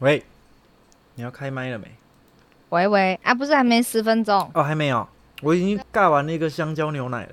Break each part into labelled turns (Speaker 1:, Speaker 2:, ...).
Speaker 1: 喂，你要开麦了没？
Speaker 2: 喂喂啊，不是还没十分 钟？
Speaker 1: 哦，还没有，我已经尬完那个香蕉牛奶了，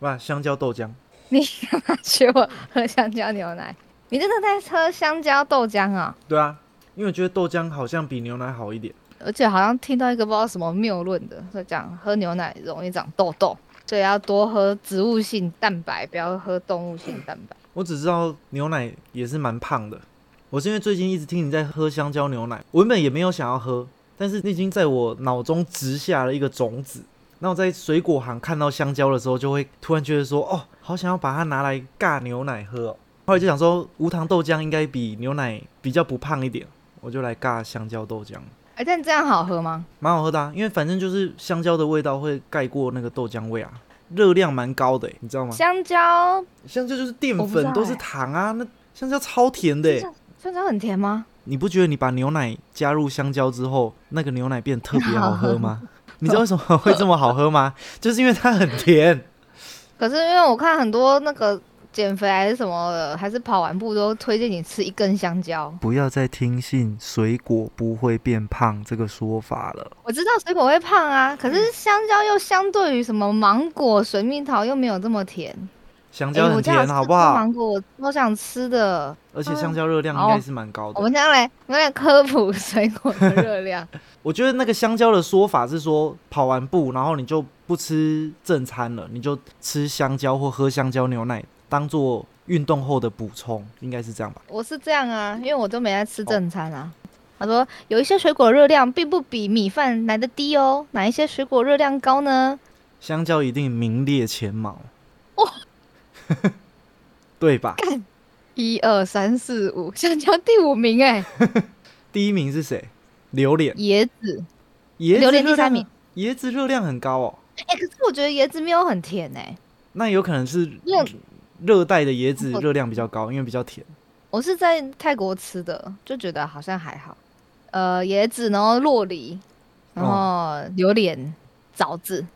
Speaker 1: 哇，香蕉豆浆。
Speaker 2: 你干嘛学我喝香蕉牛奶？你真的在喝香蕉豆浆啊、
Speaker 1: 对啊，因为我觉得豆浆好像比牛奶好一点。
Speaker 2: 而且好像听到一个不知道什么谬论的，说讲喝牛奶容易长痘痘，所以要多喝植物性蛋白，不要喝动物性蛋白。
Speaker 1: 我只知道牛奶也是蛮胖的。我是因为最近一直听你在喝香蕉牛奶，我原本也没有想要喝，但是你已经在我脑中植下了一个种子。那我在水果行看到香蕉的时候，就会突然觉得说，哦，好想要把它拿来尬牛奶喝、哦。后来就想说，无糖豆浆应该比牛奶比较不胖一点，我就来尬香蕉豆浆，
Speaker 2: 哎、但这样好喝吗？
Speaker 1: 蛮好喝的、啊，因为反正就是香蕉的味道会盖过那个豆浆味啊，热量蛮高的欸，你知道吗？
Speaker 2: 香蕉，
Speaker 1: 香蕉就是淀
Speaker 2: 我不知
Speaker 1: 粉，
Speaker 2: 道
Speaker 1: 都是
Speaker 2: 欸
Speaker 1: 糖啊，那香蕉超甜的欸。
Speaker 2: 香蕉很甜吗？
Speaker 1: 你不觉得你把牛奶加入香蕉之后，那个牛奶变特别好喝 吗？你知道为什么会这么好喝吗？ 就是因为它很甜。
Speaker 2: 可是因为我看很多那个减肥还是什么的，还是跑完步都推荐你吃一根香蕉。
Speaker 1: 不要再听信水果不会变胖这个说法了。
Speaker 2: 我知道水果会胖啊，可是香蕉又相对于什么芒果、水蜜桃又没有这么甜。
Speaker 1: 香
Speaker 2: 哎
Speaker 1: 蕉
Speaker 2: 我
Speaker 1: 很
Speaker 2: 家有
Speaker 1: 甜，
Speaker 2: 吃
Speaker 1: 好不
Speaker 2: 过
Speaker 1: 好？
Speaker 2: 芒果我超想吃的。
Speaker 1: 而且香蕉热量
Speaker 2: 好
Speaker 1: 应该是蛮高
Speaker 2: 哦
Speaker 1: 的。
Speaker 2: 我们现在来，我们来科普水果的热 量。
Speaker 1: 我觉得那个香蕉的说法是说，跑完步然后你就不吃正餐了，你就吃香蕉或喝香蕉牛奶当做运动后的补充，应该是这样吧？
Speaker 2: 我是这样啊，因为我都没在吃正餐啊。他说有一些水果热量并不比米饭来的低哦，哪一些水果热量高呢？
Speaker 1: 香蕉一定名列前茅。
Speaker 2: 哇
Speaker 1: 对吧？
Speaker 2: 一二三四五，香蕉第五名哎、
Speaker 1: 第一名是谁？榴莲，
Speaker 2: 椰子
Speaker 1: 椰子
Speaker 2: 榴莲
Speaker 1: 热
Speaker 2: 第
Speaker 1: 量
Speaker 2: 三名
Speaker 1: 椰子热量很高哦。
Speaker 2: 哎、可是我觉得椰子没有很甜哎、
Speaker 1: 那有可能是
Speaker 2: 因为
Speaker 1: 热带的椰子
Speaker 2: 我
Speaker 1: 热量比较高，因为比较甜。
Speaker 2: 我是在泰国吃的，就觉得好像还好。呃，椰子，然后洛梨，然后
Speaker 1: 哦
Speaker 2: 榴莲、枣
Speaker 1: 嗯
Speaker 2: 子，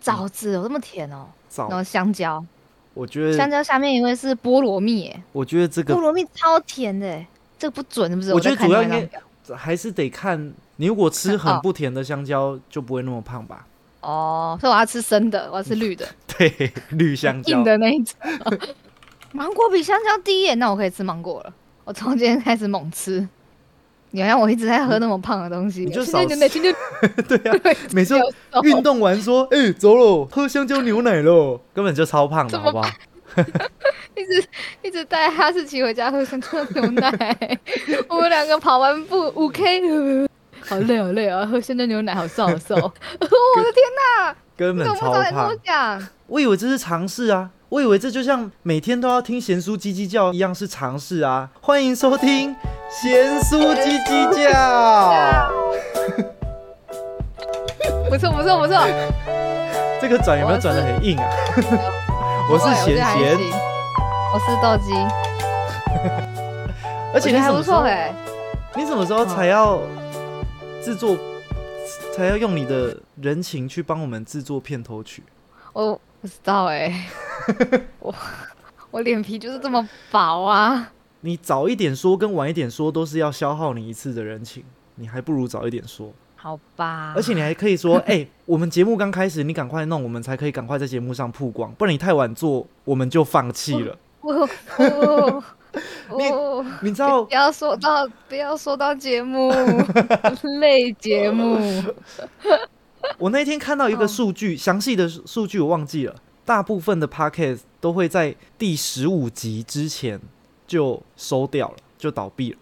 Speaker 2: 枣子有这么甜哦，然
Speaker 1: 早
Speaker 2: 后，香蕉，
Speaker 1: 我觉得
Speaker 2: 香蕉下面一位是菠萝蜜、欸，
Speaker 1: 我觉得这
Speaker 2: 菠
Speaker 1: 个
Speaker 2: 萝蜜超甜的、欸，这不准是不是？
Speaker 1: 我觉得
Speaker 2: 在看
Speaker 1: 主要
Speaker 2: 另外一
Speaker 1: 应
Speaker 2: 张表
Speaker 1: 还是得看你如果吃很
Speaker 2: 哦
Speaker 1: 不甜的香蕉，就不会那么胖 吧？
Speaker 2: 哦，所以我要吃生的，我要吃绿的，
Speaker 1: 对，绿 香蕉
Speaker 2: 硬。的那一 种。芒果比香蕉低耶、那我可以吃芒果了。我从今天开始猛吃，你好像我一直在喝那么胖的东西，
Speaker 1: 嗯你就
Speaker 2: 今
Speaker 1: 少
Speaker 2: 天
Speaker 1: 吃
Speaker 2: 真的今天
Speaker 1: 对啊，每
Speaker 2: 哦
Speaker 1: 次运动完说，哎、走喽，喝香蕉牛奶喽，根本就超胖的，
Speaker 2: 怎
Speaker 1: 好
Speaker 2: 么
Speaker 1: 不好？
Speaker 2: 一直 一直带哈士奇回家喝香蕉牛奶。我们两个跑 完步五 K，好 累好累啊，喝香蕉牛奶好瘦好瘦。 我的天哪，
Speaker 1: 根
Speaker 2: 你
Speaker 1: 本
Speaker 2: 怎么不
Speaker 1: 超
Speaker 2: 早点跟
Speaker 1: 胖
Speaker 2: 我。讲？
Speaker 1: 我以为这是尝试啊，我以为这就像每天都要听贤叔鸡鸡叫一样是尝试啊。欢迎收听贤叔鸡鸡叫，
Speaker 2: 啊 不错不错不错，
Speaker 1: 这个转有没有转的很 硬啊？我是
Speaker 2: 对
Speaker 1: 贤
Speaker 2: 哎哦我觉得还
Speaker 1: 贤，
Speaker 2: 行我是豆鸡，
Speaker 1: 而且
Speaker 2: 我觉
Speaker 1: 你
Speaker 2: 得还
Speaker 1: 什
Speaker 2: 不
Speaker 1: 么时候
Speaker 2: 错？哎、嗯
Speaker 1: 你什么时候才要制作？才要用你的人情去帮我们制作片头曲？
Speaker 2: 我不知道哎、 我我脸皮就是这么薄啊，
Speaker 1: 你早一点说跟晚一点说都是要消耗你一次的人情，你还不如早一点说。
Speaker 2: 好吧。
Speaker 1: 而且你还可以 说，哎、我们节目刚开始，你赶快弄，我们才可以赶快在节目上曝光，不然你太晚做，我们就放弃 了。
Speaker 2: 我我
Speaker 1: 你
Speaker 2: 我
Speaker 1: 你知道
Speaker 2: 不，要说到不要说到 节目类节目，
Speaker 1: 我那天看到一个
Speaker 2: 哦
Speaker 1: 数据，详细的数据我忘记了，大部分的 podcast 都会在第十五集之前就收掉了，就倒闭了，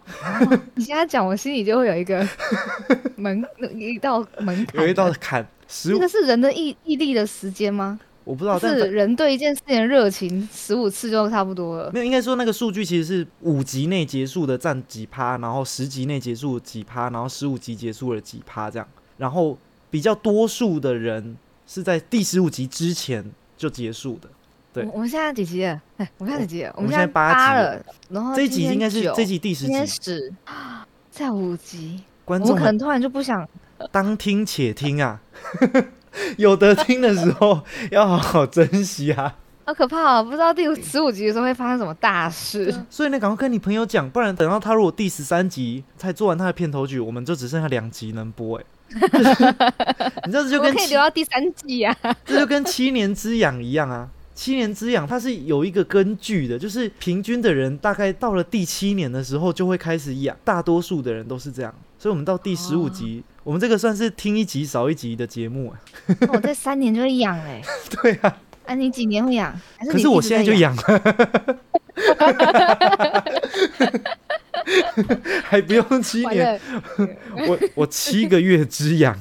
Speaker 2: 你现在讲我心里就会有一个 门一道门槛，
Speaker 1: 有一道坎。十
Speaker 2: 这
Speaker 1: 五
Speaker 2: 个，是人的毅毅力的时间吗？
Speaker 1: 我不知道，但
Speaker 2: 是人对一件事情的热情，十五次就差不多了。
Speaker 1: 没有，应该说那个数据其实是五集内结束的占几趴，然后十集内结束几趴，然后十五集结束了几趴这样。然后比较多数的人是在第十五集之前就结束的。对
Speaker 2: 我我们现在几集了？哎，我们现在几集了？
Speaker 1: 我
Speaker 2: 我
Speaker 1: 们
Speaker 2: 们
Speaker 1: 现
Speaker 2: 现
Speaker 1: 在
Speaker 2: 在
Speaker 1: 八集了
Speaker 2: 了，然后
Speaker 1: 这一集
Speaker 2: 哦今天
Speaker 1: 应该是
Speaker 2: 九
Speaker 1: 这一集第十
Speaker 2: 今天
Speaker 1: 集，
Speaker 2: 十， 再五集，
Speaker 1: 观
Speaker 2: 我
Speaker 1: 众
Speaker 2: 们可
Speaker 1: 们
Speaker 2: 能突然就不想。
Speaker 1: 当听 且听啊，有得听的时候要好好珍惜啊。
Speaker 2: 好可怕哦！不知道第十五集的时候会发生什么大事。
Speaker 1: 所以呢，赶快跟你朋友讲，不然等到他如果第十三集才做完他的片头曲，我们就只剩下两集能播、 欸。 哎，你知道这就
Speaker 2: 我
Speaker 1: 跟
Speaker 2: 可以
Speaker 1: 七
Speaker 2: 留到第三季呀、啊。
Speaker 1: 这就跟七年之痒一样啊。七年之痒它是有一个根据的，就是平均的人大概到了第七年的时候就会开始痒，大多数的人都是这样。所以我们到第
Speaker 2: 哦
Speaker 1: 十五集，我们这个算是听一集少一集的节目、啊。
Speaker 2: 我这三年就会痒哎、
Speaker 1: 对啊，
Speaker 2: 啊，你几年会痒？还是
Speaker 1: 可
Speaker 2: 你
Speaker 1: 是我
Speaker 2: 一直
Speaker 1: 现在就
Speaker 2: 痒。
Speaker 1: 痒了，还不用七
Speaker 2: 完
Speaker 1: 年，
Speaker 2: 了，
Speaker 1: 我我七个月之 痒，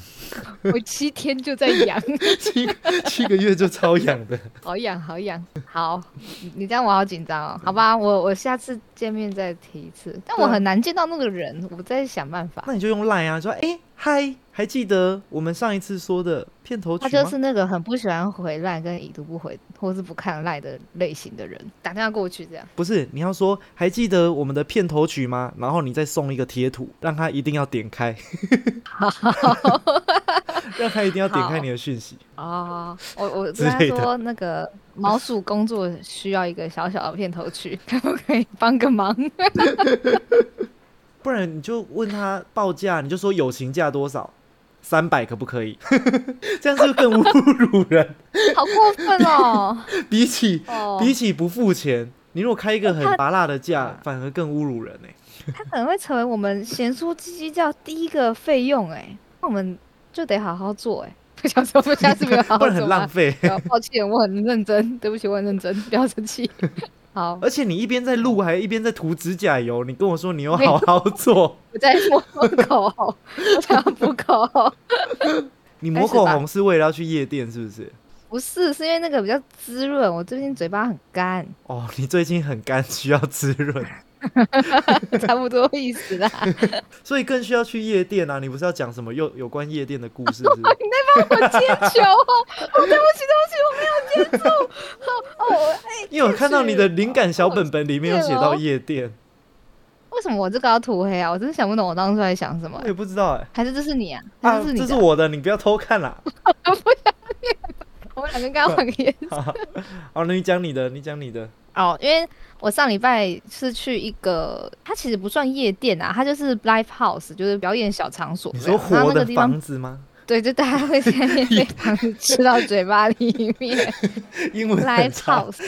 Speaker 2: 我七天就在痒，
Speaker 1: 七七个月就超痒的。
Speaker 2: 好痒，好痒。好，你你这样我好紧张哦。好吧，我我下次见面再提一次，但我
Speaker 1: 对啊
Speaker 2: 很难见到那个人，我再想办法。
Speaker 1: 那你就用赖啊，说哎、嗨，还记得我们上一次说的片头曲
Speaker 2: 他
Speaker 1: 吗？
Speaker 2: 就是那个很不喜欢回赖跟已读不回或是不看赖的类型的人，打电话过去这样。
Speaker 1: 不是，你要说还记得我们的片头曲吗？然后你再送一个贴图，让他一定要点 开，让他一定要点开你的讯息。
Speaker 2: 哦，我 我
Speaker 1: 之
Speaker 2: 跟他
Speaker 1: 类的
Speaker 2: 说那个毛鼠工作需要一个小小的片头曲，可不可以帮个忙？
Speaker 1: 不然你就问他报价，你就说友情价多少，三百可不可以？ 这样是不是更侮辱人？
Speaker 2: 好过分哦！
Speaker 1: 比起
Speaker 2: 哦，
Speaker 1: 比起不付钱，你如果开一个很
Speaker 2: 他
Speaker 1: 拔辣的价，反而更侮辱人欸呢、
Speaker 2: 他可能会成为我们贤淑鸡鸡叫第一个费用哎、那我们就得好好做哎、 不想说，我下次没有好
Speaker 1: 不
Speaker 2: 好
Speaker 1: 然
Speaker 2: 做
Speaker 1: 很
Speaker 2: 吗
Speaker 1: 浪？费。
Speaker 2: 不要抱歉，我很认真，对不起，我很认真，不要生气。 好，
Speaker 1: 而且你一边在录，还一边在涂指甲油，你跟我说你有好好做，
Speaker 2: 我在摸口红，我想要补口红。
Speaker 1: 你抹口红是为了要去夜店是不是？
Speaker 2: 不是，是因为那个比较滋润，我最近嘴巴很干，
Speaker 1: 哦，你最近很干，需要滋润，
Speaker 2: 差不多意思啦。
Speaker 1: 所以更需要去夜店啊！你不是要讲什么 有有关夜店的故事是不是？
Speaker 2: 我接球哦，我对不起，对不起，我没有接住。哦哦，我哎、
Speaker 1: 因为我看到你的灵感小本本里面有写到夜店，
Speaker 2: 哦为什么我这个要涂黑啊？我真的想不懂我当初在想什么
Speaker 1: 我。也不知道哎、
Speaker 2: 还是这是你啊？还
Speaker 1: 啊，
Speaker 2: 是这是你
Speaker 1: 这
Speaker 2: 的
Speaker 1: 是我的，你不要偷看啦。
Speaker 2: 我们两个刚刚换个 颜色
Speaker 1: 好，那你讲你的，你讲你的。
Speaker 2: 哦，因为我上礼拜是去一个，它其实不算夜店啊，它就是 live house，就是表演小场所
Speaker 1: 你
Speaker 2: 这
Speaker 1: 说
Speaker 2: 样。然后
Speaker 1: 活
Speaker 2: 那个
Speaker 1: 的
Speaker 2: 地方，
Speaker 1: 房子吗？
Speaker 2: 对，就大家会在那 边被房子吃到嘴巴里面
Speaker 1: 英文很
Speaker 2: ，live
Speaker 1: 差。
Speaker 2: house。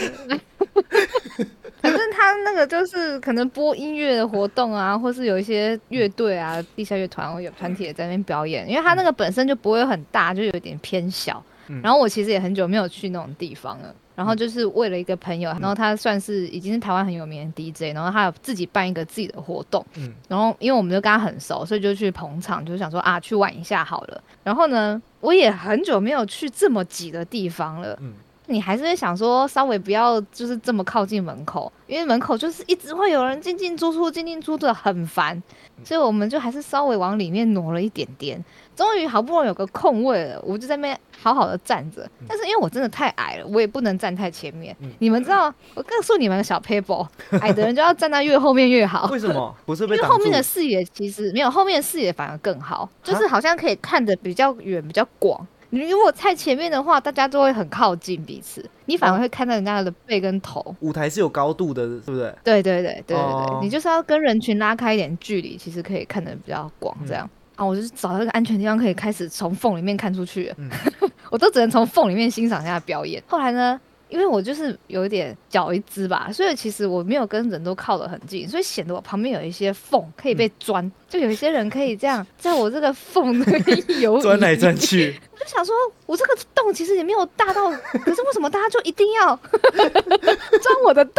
Speaker 2: 反正它那个就是可能播音乐的活动啊，或是有一些乐队啊、地下乐团或有团体也在那边表演，因为它那个本身就不会很大，就有点偏小。
Speaker 1: 嗯
Speaker 2: 然后我其实也很久没有去那种地方了。然后就是为了一个朋友，然后他算是已经是台湾很有名的 DJ，然后他有自己办一个自己的活动，
Speaker 1: 嗯
Speaker 2: 然后因为我们就跟他很熟，所以就去捧场，就想说啊去玩一下好了。然后呢，我也很久没有去这么挤的地方了，
Speaker 1: 嗯，
Speaker 2: 你还是会想说稍微不要就是这么靠近门口，因为门口就是一直会有人进进出出、进进出出的，很烦。所以我们就还是稍微往里面挪了一点点，终于好不容易有个空位了，我就在那边好好的站着。但是因为我真的太矮了，我也不能站太前面。
Speaker 1: 嗯
Speaker 2: 你们知道，我告诉你们个小 paper，矮的人就要站在越后面越好。
Speaker 1: 为什么不是
Speaker 2: 因
Speaker 1: 被
Speaker 2: 为
Speaker 1: 挡
Speaker 2: 后
Speaker 1: 住
Speaker 2: 面？的视野其实没有，后面的视野反而更好，就是好像可以看得比较远、比较广。你如果太前面的话，大家都会很靠近彼此，你
Speaker 1: 哦
Speaker 2: 反而会看到人家的背跟头。
Speaker 1: 舞台是有高度的，是不是？
Speaker 2: 对对对对对对，
Speaker 1: 哦
Speaker 2: 你就是要跟人群拉开一点距离，其实可以看得比较广。
Speaker 1: 嗯
Speaker 2: 这样、啊，我就是找到一个安全地方，可以开始从缝里面看出去了。
Speaker 1: 嗯
Speaker 2: 我都只能从缝里面欣赏一下表演。后来呢，因为我就是有一点脚一只吧，所以其实我没有跟人都靠得很近，所以显得我旁边有一些缝可以被钻，就有一些人可以这样在我这个缝那边游移
Speaker 1: 钻来钻去，
Speaker 2: 我就想说，我这个洞其实也没有大到，可是为什么大家就一定要 钻我的洞？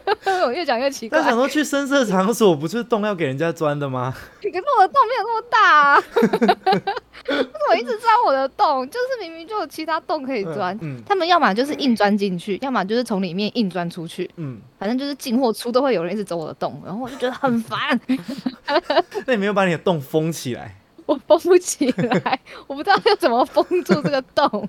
Speaker 2: 我越讲越奇怪
Speaker 1: 那。想说去深色场所不是洞要给人家钻的吗？
Speaker 2: 可是我的洞没有那么大啊！ 为什么一直钻我的洞？就是明明就有其他洞可以钻，
Speaker 1: 嗯
Speaker 2: 他们要么就是硬钻进去，要么就是从里面硬钻出去，
Speaker 1: 嗯，
Speaker 2: 反正就是进或出都会有人一直走我的洞，然后我就觉得很烦，
Speaker 1: 那你没有把你的洞封起来？
Speaker 2: 我封不起来，我不知道要怎么封住这个洞。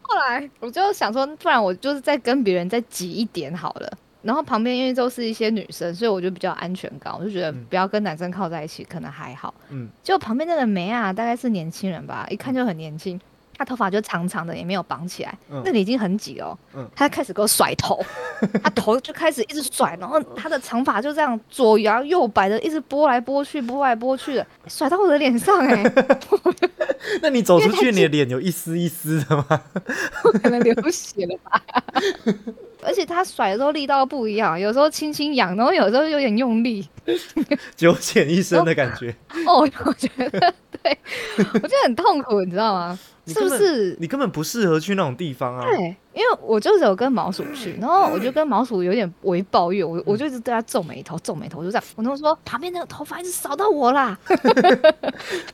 Speaker 2: 后来我就想说，不然我就是再跟别人再挤一点好了。然后旁边因为都是一些女生，所以我就比较安全感，我就觉得
Speaker 1: 嗯
Speaker 2: 不要跟男生靠在一起，可能还好。
Speaker 1: 嗯，
Speaker 2: 就旁边那个梅啊，大概是年轻人吧，一看就很年轻。他头发就长长的，也没有绑起来，
Speaker 1: 嗯
Speaker 2: 那里已经很挤了哦。
Speaker 1: 嗯
Speaker 2: 他开始给我 甩头，他头就开始一直甩，然后他的长发就这样左摇右摆的，一直拨来拨去，拨来拨去的，甩到我的脸上 哎、
Speaker 1: 那你走出去，你的脸有一丝一丝的吗？
Speaker 2: 可能流血了吧。而且他甩的时候力道不一样，有时候轻轻痒，然后有时候有点用力。
Speaker 1: 九浅一深的感觉，
Speaker 2: 哦，我觉得对，我觉得很痛苦，你知道吗？
Speaker 1: 你
Speaker 2: 是不
Speaker 1: 根本
Speaker 2: 是？
Speaker 1: 你根本不适合去那种地方啊！
Speaker 2: 对，因为我就是有跟毛鼠去，然后我就跟毛鼠有点微抱怨，我我就一直对他皱眉头，皱眉头，我就这样。我那时候说旁边那个头发一直扫到我啦，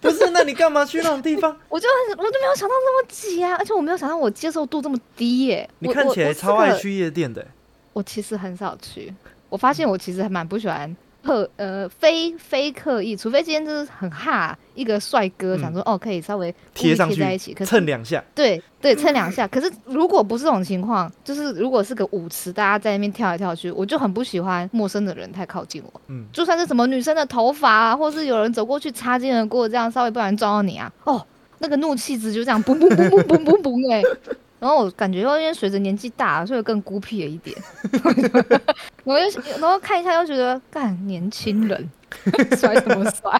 Speaker 1: 不是，那你干嘛去那种地方？
Speaker 2: 我就很我就没有想到那么挤啊，而且我没有想到我接受度这么低耶、
Speaker 1: 你
Speaker 2: 我
Speaker 1: 看起来超爱，去夜店的、
Speaker 2: 我我这个我其实很少去，我发现我其实还蛮不喜欢。刻呃非非刻意，除非今天就是很哈一个帅哥，
Speaker 1: 嗯
Speaker 2: 想说哦可以稍微故
Speaker 1: 贴
Speaker 2: 意
Speaker 1: 上
Speaker 2: 贴
Speaker 1: 去
Speaker 2: 在一起，可是
Speaker 1: 蹭两下，
Speaker 2: 对对，蹭两下。可是如果不是这种情况，就是如果是个舞池，大家在那边跳来跳去，我就很不喜欢陌生的人太靠近我。
Speaker 1: 嗯，
Speaker 2: 就算是什么女生的头发啊，或是有人走过去擦肩而过，这样稍微不然撞到你啊，哦，那个怒气值就这样嘣嘣嘣嘣嘣嘣嘣哎。然后我感觉，因为随着年纪大了，所以更孤僻了一点。 我就然后看一下，又觉得干年轻人 甩什么甩？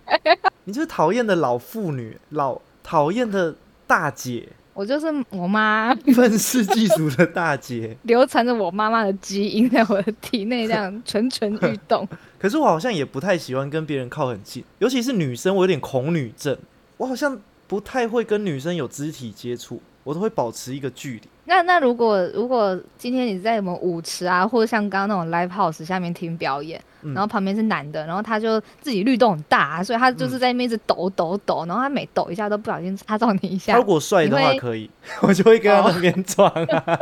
Speaker 1: 你就是讨厌的老妇女，老讨厌的大姐，
Speaker 2: 我就是我妈。
Speaker 1: 愤世嫉俗的大 姐。
Speaker 2: 流传着我妈妈的基因在我的体内，这样蠢蠢欲动。
Speaker 1: 可是我好像也不太喜欢跟别人靠很近，尤其是女生，我有点恐女症，我好像不太会跟女生有肢体接触，我都会保持一个距离。
Speaker 2: 那那如果如果今天你在什么舞池啊，或者像刚刚那种 live house 下面听表演，
Speaker 1: 嗯
Speaker 2: 然后旁边是男的，然后他就自己律动很大、啊，所以他就是在那边一直抖抖抖，然后他每抖一下都不小心擦到你一
Speaker 1: 他
Speaker 2: 下
Speaker 1: 如。果帅的话
Speaker 2: 你会哦
Speaker 1: 可以， 我就会跟他那边撞啊。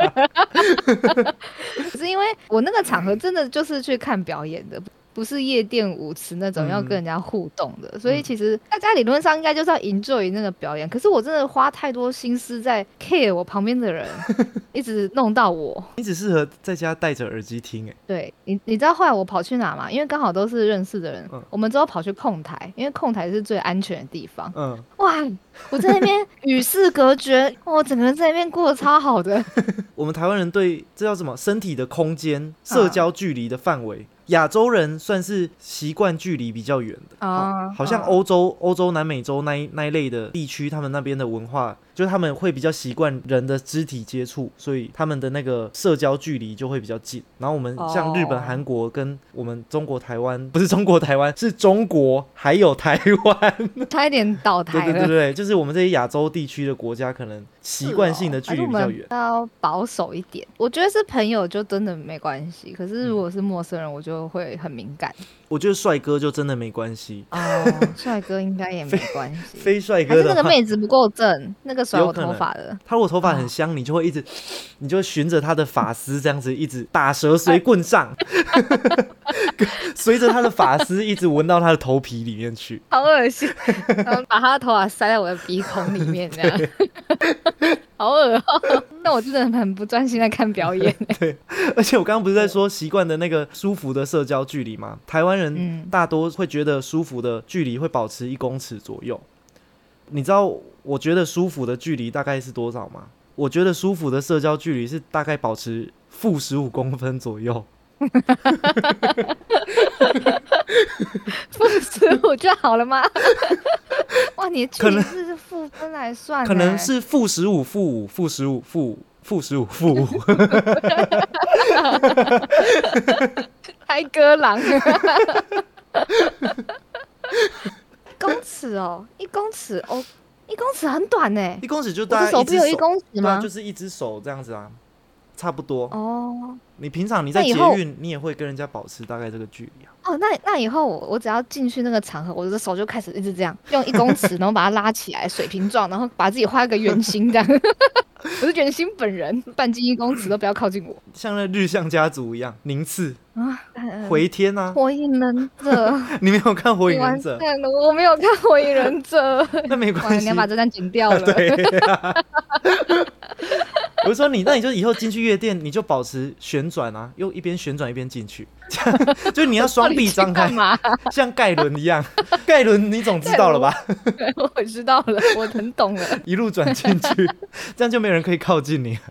Speaker 2: 可是因为我那个场合真的就是去看表演的。不是夜店舞池那种要跟
Speaker 1: 嗯
Speaker 2: 人家互动的，所以其实大家理论上应该就是要 enjoy 那个表演。可是我真的花太多心思在 care 我旁边的人，一直弄到我。
Speaker 1: 你只适合在家戴着耳机听、欸，
Speaker 2: 对你，你知道后来我跑去哪吗？因为刚好都是认识的人，
Speaker 1: 嗯
Speaker 2: 我们之后跑去控台，因为控台是最安全的地方。
Speaker 1: 嗯，
Speaker 2: 哇，我在那边与世隔绝， 我整个人在那边过得超好的。
Speaker 1: 我们台湾人对这叫什么身体的空间、社交距离的范围，亚、洲人算是习惯距离比较远的
Speaker 2: 啊
Speaker 1: 好好像
Speaker 2: 啊
Speaker 1: 欧洲、欧洲、南美洲那一那一类的地区，他们那边的文化，就是他们会比较习惯人的肢体接触，所以他们的那个社交距离就会比较近。然后我们像日本、
Speaker 2: 哦
Speaker 1: 韩、国跟我们中国台湾，不是中国台湾，是中国还有台湾。
Speaker 2: 差一点倒台
Speaker 1: 对
Speaker 2: 了。
Speaker 1: 哦对对对，就是我们这些亚洲地区的国家，可能习惯
Speaker 2: 哦
Speaker 1: 性的距离比较远。
Speaker 2: 要保守一点。我觉得是朋友就真的没关系，可是如果是陌生人，我就会很敏感。
Speaker 1: 我觉得帅哥就真的没关系，
Speaker 2: 哦，帅哥应该 也没关系。
Speaker 1: 非帅
Speaker 2: 还是
Speaker 1: 哥的
Speaker 2: 那个
Speaker 1: 话，
Speaker 2: 妹啊子不够正，那个甩
Speaker 1: 有
Speaker 2: 我
Speaker 1: 可能
Speaker 2: 头发的，
Speaker 1: 他如果头发很香，你就会一直，你就会循着他的发丝这样子一直打蛇随棍 上， 随着他的发丝一直闻到他的头皮里面去。
Speaker 2: 好恶 心。然后把她的头发塞在我的鼻孔里面，这 样，好恶哦、那我真的很不专心在看表 演。
Speaker 1: 而且我刚刚不是在说习惯的那个舒服的社交距离吗？台湾人
Speaker 2: 嗯
Speaker 1: 大多会觉得舒服的距离会保持一公尺左右。你知道我觉得舒服的距离大概是多少吗？我觉得舒服的社交距离是大概保持负十五公分左右。
Speaker 2: 负十五就好了吗？ 哇，你的距离是负分来算、欸，
Speaker 1: 可能是负十五、负五、负十五、负五、负十五、负 五。
Speaker 2: 开歌郎。公尺哦，一公尺哦，一公尺很短呢。
Speaker 1: 一公尺就
Speaker 2: 我
Speaker 1: 大概一
Speaker 2: 的手臂
Speaker 1: 只
Speaker 2: 有一公尺
Speaker 1: 对啊
Speaker 2: 吗
Speaker 1: 就？是一只手这样子啊，差不多。
Speaker 2: 哦
Speaker 1: 你平常你在
Speaker 2: 那以
Speaker 1: 捷
Speaker 2: 后
Speaker 1: 运，你也会跟人家保持大概这个距离啊。
Speaker 2: 哦，那那以后我我只要进去那个场合，我的手就开始一直这样用一公尺，然后把它拉起来水平状，然后把自己画一个圆心这样。 我是圆心本人，半径一公尺都不要靠近我
Speaker 1: 像那日向家族一样，宁次
Speaker 2: 啊！呃
Speaker 1: 回天啊！
Speaker 2: 火影忍者，
Speaker 1: 你没有看 《火影
Speaker 2: 完
Speaker 1: 忍者》，
Speaker 2: 蛋了，我没有看火 影忍者，
Speaker 1: 那没
Speaker 2: 完了
Speaker 1: 关
Speaker 2: 你
Speaker 1: 系
Speaker 2: 要。把这段剪掉了。
Speaker 1: 对，我就说你，那你就以后进去夜店，你就保持旋转啊，又一边旋转一边进去， 这样就你要双臂张
Speaker 2: 到
Speaker 1: 开
Speaker 2: 底去干，嘛？
Speaker 1: 像盖伦一样。 盖伦你总知道了吧？
Speaker 2: 对 我知道了，我很懂了。
Speaker 1: 一路转进去，这样就没有人可以靠近你了。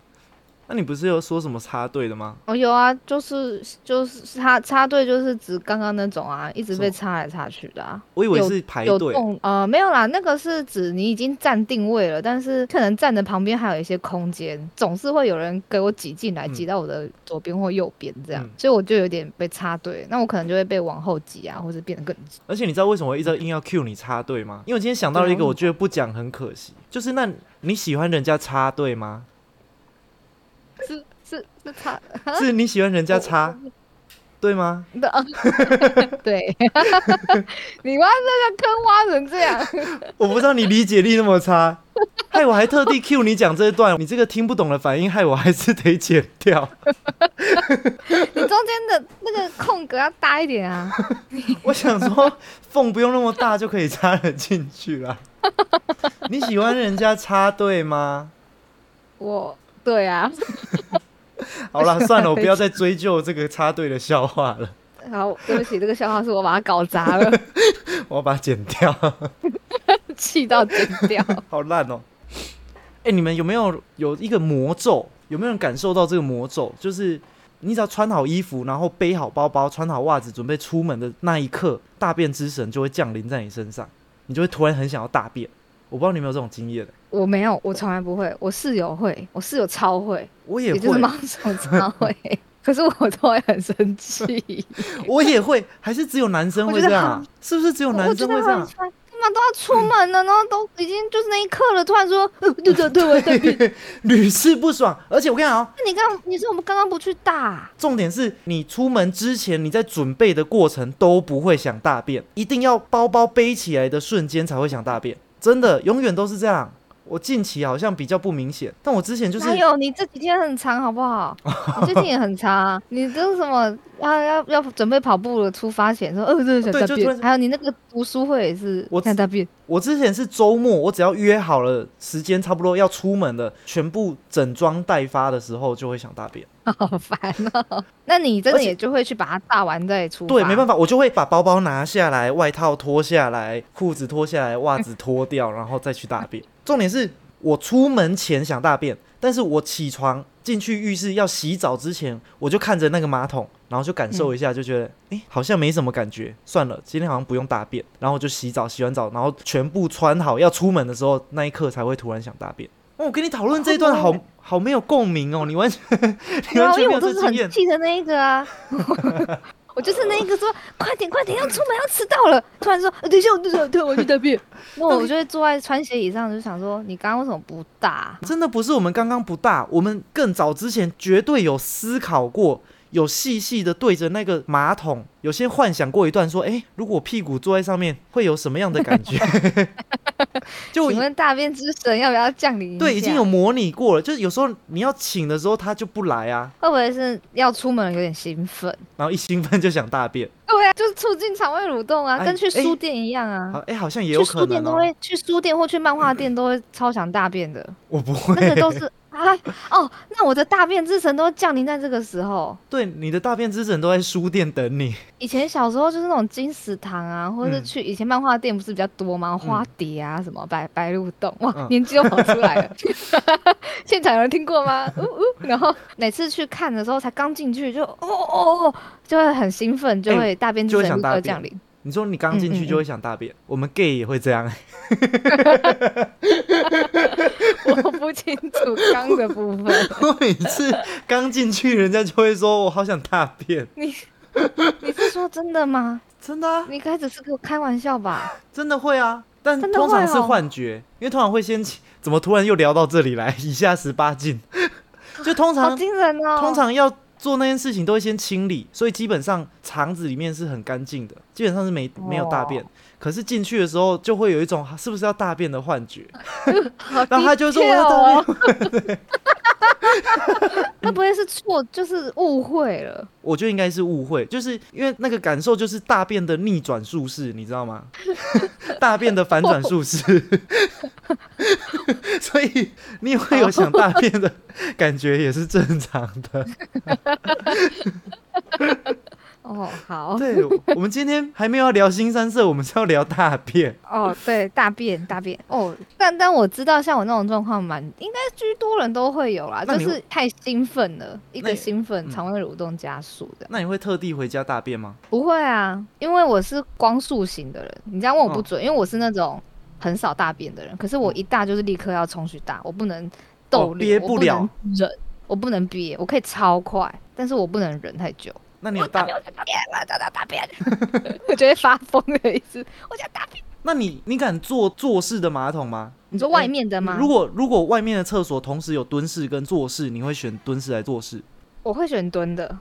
Speaker 1: 那你不是有说什么插队的吗？
Speaker 2: 哦，有啊，就是就是插插队，就是指刚刚那种啊，一直被
Speaker 1: 什么
Speaker 2: 插来插去的啊。
Speaker 1: 我以为
Speaker 2: 有
Speaker 1: 是排
Speaker 2: 有
Speaker 1: 队，
Speaker 2: 动呃没有啦，那个是指你已经站定位了，但是可能站的旁边还有一些空间，总是会有人给我挤进来，
Speaker 1: 嗯
Speaker 2: 挤到我的左边或右边这样，
Speaker 1: 嗯
Speaker 2: 所以我就有点被插队，那我可能就会被往后挤啊，或者变得更挤。
Speaker 1: 而且你知道为什么我一直硬要 cue 你插队吗？因为我今天想到了一个，我觉得不讲很可惜，就是那你喜欢人家插队吗？
Speaker 2: 是是是 插
Speaker 1: 是你喜欢人家插对吗？
Speaker 2: 的啊， 对，你把那个坑挖成这样，
Speaker 1: 我不知道你理解力那么差，害我还特地 cue 你讲这一段，你这个听不懂的反应，害我还是得剪掉。
Speaker 2: 你中间的那个空格要大一点啊。
Speaker 1: 我想说，缝不用那么大就可以插得进去啦。你喜欢人家插队吗？
Speaker 2: 我对啊，
Speaker 1: 好啦，算了，我不要再追究这个插队的笑话了，
Speaker 2: 好，对不起，这个笑话是我把它搞砸了，
Speaker 1: 我要把它剪掉。
Speaker 2: 气到剪掉。
Speaker 1: 好烂哦！哎、你们有没有有一个魔咒？有没有人感受到这个魔咒？就是你只要穿好衣服，然后背好包包，穿好袜子，准备出门的那一刻，大便之神就会降临在你身上，你就会突然很想要大便。我不知道你有没有这种经验，
Speaker 2: 我没有，我从来不会。我室友会，我室友超会，
Speaker 1: 我也
Speaker 2: 也
Speaker 1: 会，
Speaker 2: 就是毛虫超会。 可是我都会很生气，
Speaker 1: 我也会，还是只有男生会这样、啊？是不是 只有
Speaker 2: 我
Speaker 1: 男
Speaker 2: 我觉
Speaker 1: 生
Speaker 2: 得
Speaker 1: 会这
Speaker 2: 很
Speaker 1: 样？啊
Speaker 2: 烦，干嘛都要出门了，然后都已经就是那一刻了，突然说，呃对对对，我对不起，
Speaker 1: 屡试不爽。而且我跟你讲、哦，
Speaker 2: 那你刚你说我们刚刚不去啊打，
Speaker 1: 重点是你出门之前，你在准备的过程都不会想大便，一定要包包背起来的瞬间才会想大便。真的，永远都是这样。我近期好像比较不明显，但我之前就是
Speaker 2: 哪有你这几天很长好不好？你最近也很长、啊，你这是什么要要要准备跑步了，出发前说，呃，对想
Speaker 1: 对
Speaker 2: 大
Speaker 1: 就突然
Speaker 2: 便，还有你那个读书会也是
Speaker 1: 我
Speaker 2: 想大便，
Speaker 1: 我之前是周末，我只要约好了时间，差不多要出门了，全部整装待发的时候就会想大便。
Speaker 2: 好烦哦。那你真
Speaker 1: 而
Speaker 2: 的
Speaker 1: 且
Speaker 2: 也就会去把它炸完再出发，
Speaker 1: 对，没办
Speaker 2: 法。
Speaker 1: 法，我就会把包包拿下来，外套脱下来，裤子脱下来，袜子脱掉，然后再去大 便。重点是我出门前想大便，但是我起床进去浴室要洗澡之前，我就看着那个马桶，然后就感受一下，就觉得诶，好像没什么感觉，算了，今天好像不用大便，然后我就洗澡，洗完澡，然后全部穿好要出门的时候，那一刻才会突然想大便。哦，我跟你讨论这一段好好没有共鸣哦，你完全 你
Speaker 2: 然
Speaker 1: 完
Speaker 2: 后
Speaker 1: 全没
Speaker 2: 因为我
Speaker 1: 有
Speaker 2: 都
Speaker 1: 这
Speaker 2: 是
Speaker 1: 经
Speaker 2: 很
Speaker 1: 验，
Speaker 2: 气的那一个啊。我就是那一个说快点快点要出门要迟到了，突然说呃等一下我等一下对我去大便，那我就会坐在穿鞋椅上就想说你刚刚为什么不打？
Speaker 1: 真的不是我们刚刚不大，我们更早之前绝对有思考过，有细细的对着那个马桶，有些幻想过一段说，哎、如果屁股坐在上面会有什么样的感觉？就
Speaker 2: 请问大便之神要不要降临一
Speaker 1: 对，已
Speaker 2: 下
Speaker 1: 经有模拟过了，就是有时候你要请的时候他就不来啊，
Speaker 2: 会不会是要出门有点兴奋？
Speaker 1: 然后一兴奋就想大便。
Speaker 2: 对啊，就是促进肠胃蠕动啊，
Speaker 1: 哎
Speaker 2: 跟去书
Speaker 1: 哎
Speaker 2: 店一样啊。
Speaker 1: 好，哎、好像也有
Speaker 2: 去书
Speaker 1: 可
Speaker 2: 店
Speaker 1: 能
Speaker 2: 都
Speaker 1: 哦、
Speaker 2: 会，去书店或去漫画店都会超想大便 的，
Speaker 1: 我不会。
Speaker 2: 那个都是啊哦，那我的大便之神都降临在这个时候。
Speaker 1: 对，你的大便之神都在书店等你。
Speaker 2: 以前小时候就是那种金石堂啊，或者是
Speaker 1: 嗯
Speaker 2: 去以前漫画店不是比较多吗？花蝶啊，什么白白鹿洞，哇，
Speaker 1: 嗯
Speaker 2: 年纪都跑出 来了。现场有人听过吗？呜呜，然后每次去看的时候，才刚进去就哦哦哦，就会很兴奋，就会大便之
Speaker 1: 哎就会
Speaker 2: 神
Speaker 1: 想
Speaker 2: 立
Speaker 1: 大
Speaker 2: 刻
Speaker 1: 便
Speaker 2: 降临。
Speaker 1: 你说你刚
Speaker 2: 嗯
Speaker 1: 进去就会想大便，我们 gay 也会这样、
Speaker 2: 我不清楚刚的部分，
Speaker 1: 我每次刚进去，人家就会说我好想大便，
Speaker 2: 你是说真的吗？
Speaker 1: 真的、啊，
Speaker 2: 你开始是跟我开玩笑吧？
Speaker 1: 真的会啊。但
Speaker 2: 真的会
Speaker 1: 通
Speaker 2: 哦
Speaker 1: 常是幻觉，因为通常会先起怎么突然又聊到这里来？ 以下十八禁， 就通
Speaker 2: 好
Speaker 1: 常
Speaker 2: 惊人哦！
Speaker 1: 通常要做那件事情都会先清理，所以基本上肠子里面是很干净的，基本上是没没有大便。可是进去的时候就会有一种是不是要大便的幻觉，
Speaker 2: 好
Speaker 1: 然后他就说我
Speaker 2: detail
Speaker 1: 要
Speaker 2: 哦，
Speaker 1: 大嗯
Speaker 2: 会不会是错，就是误会了？
Speaker 1: 我觉得应该是误会，就是因为那个感受就是大便的逆 转术式，你知道吗？大便的反转术式。 所以你会有想大便的感觉也是正常的。
Speaker 2: 哦，好，
Speaker 1: 对，我们今天还没有要聊新三色，我们是要聊大便。
Speaker 2: 哦，对，大便大便哦，但但我知道，像我那种状况蛮，应该居多人都会有啦，
Speaker 1: 那
Speaker 2: 就
Speaker 1: 你
Speaker 2: 是太兴奋了，一
Speaker 1: 那
Speaker 2: 个
Speaker 1: 你
Speaker 2: 兴奋，
Speaker 1: 嗯
Speaker 2: 肠胃蠕动加速的。
Speaker 1: 那你会特地回家大便吗？
Speaker 2: 不会啊，因为我是光速型的人，你这样问我
Speaker 1: 嗯
Speaker 2: 不准，因为我是那种很少大便的人，可是我一大就是立刻要冲去大，我不能逗
Speaker 1: 哦憋
Speaker 2: 留，
Speaker 1: 不了
Speaker 2: 我不能忍，我不能憋，我可以超快，但是我不能忍太久。
Speaker 1: 那你有
Speaker 2: 我大
Speaker 1: 大
Speaker 2: 便，？我大便，我大大大便， 我就会发疯的意思。我想大便，
Speaker 1: 那你你敢坐坐式的马桶吗？
Speaker 2: 你说外面的吗？
Speaker 1: 如果如果外面的厕所同时有蹲式跟坐式，你会选蹲式来坐式？
Speaker 2: 我会选蹲的，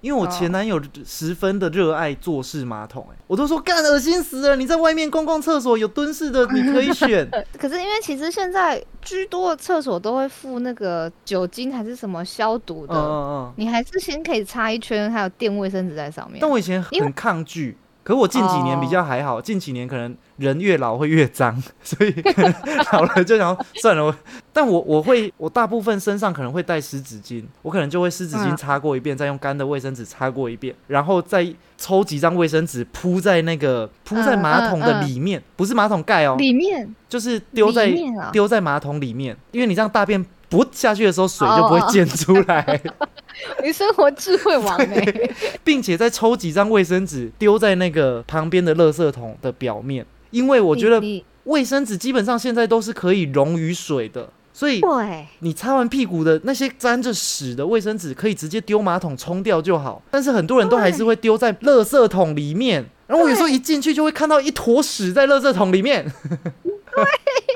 Speaker 1: 因为我前
Speaker 2: 哦
Speaker 1: 男友十分的热爱坐式马桶、哎，我都说干恶心死了！你在外面公共厕所有蹲式的，你可以 选，
Speaker 2: 可是因为其实现在居多的厕所都会附那个酒精还是什么消毒
Speaker 1: 嗯
Speaker 2: 的，
Speaker 1: 嗯嗯。
Speaker 2: 你还是先可以擦一圈，还有垫卫生纸在上面。
Speaker 1: 但我以前
Speaker 2: 因为哦
Speaker 1: 很抗拒，可我近几年比较还好，近几年可能人越老会越脏， 所以可能老了就想说算了我。但我我会，我大部分身上可能会带湿纸巾，我可能就会湿纸巾
Speaker 2: 嗯
Speaker 1: 擦过一遍，再用干的卫生纸擦过一遍，然后再抽几张卫生纸铺在那个铺在马桶的
Speaker 2: 嗯嗯嗯
Speaker 1: 里面，不是马桶盖哦，
Speaker 2: 里面
Speaker 1: 就是丢在
Speaker 2: 里面啊
Speaker 1: 丢在马桶里面，因为你这样大便。不下去的时候，水就不会
Speaker 2: 哦哦
Speaker 1: 溅出来。
Speaker 2: 你生活智慧王 哎、
Speaker 1: 并且再抽几张卫生纸丢在那个旁边的垃圾桶的表面，因为我觉得
Speaker 2: 你
Speaker 1: 卫生纸基本上现在都是可以溶于水的，所以
Speaker 2: 你对
Speaker 1: 你擦完屁股的那些沾着屎的卫生纸可以直接丢马桶冲掉就好。但是很多人都还是会丢在垃圾桶里面，然后我有时候一进去就会看到一坨屎在垃圾桶里面，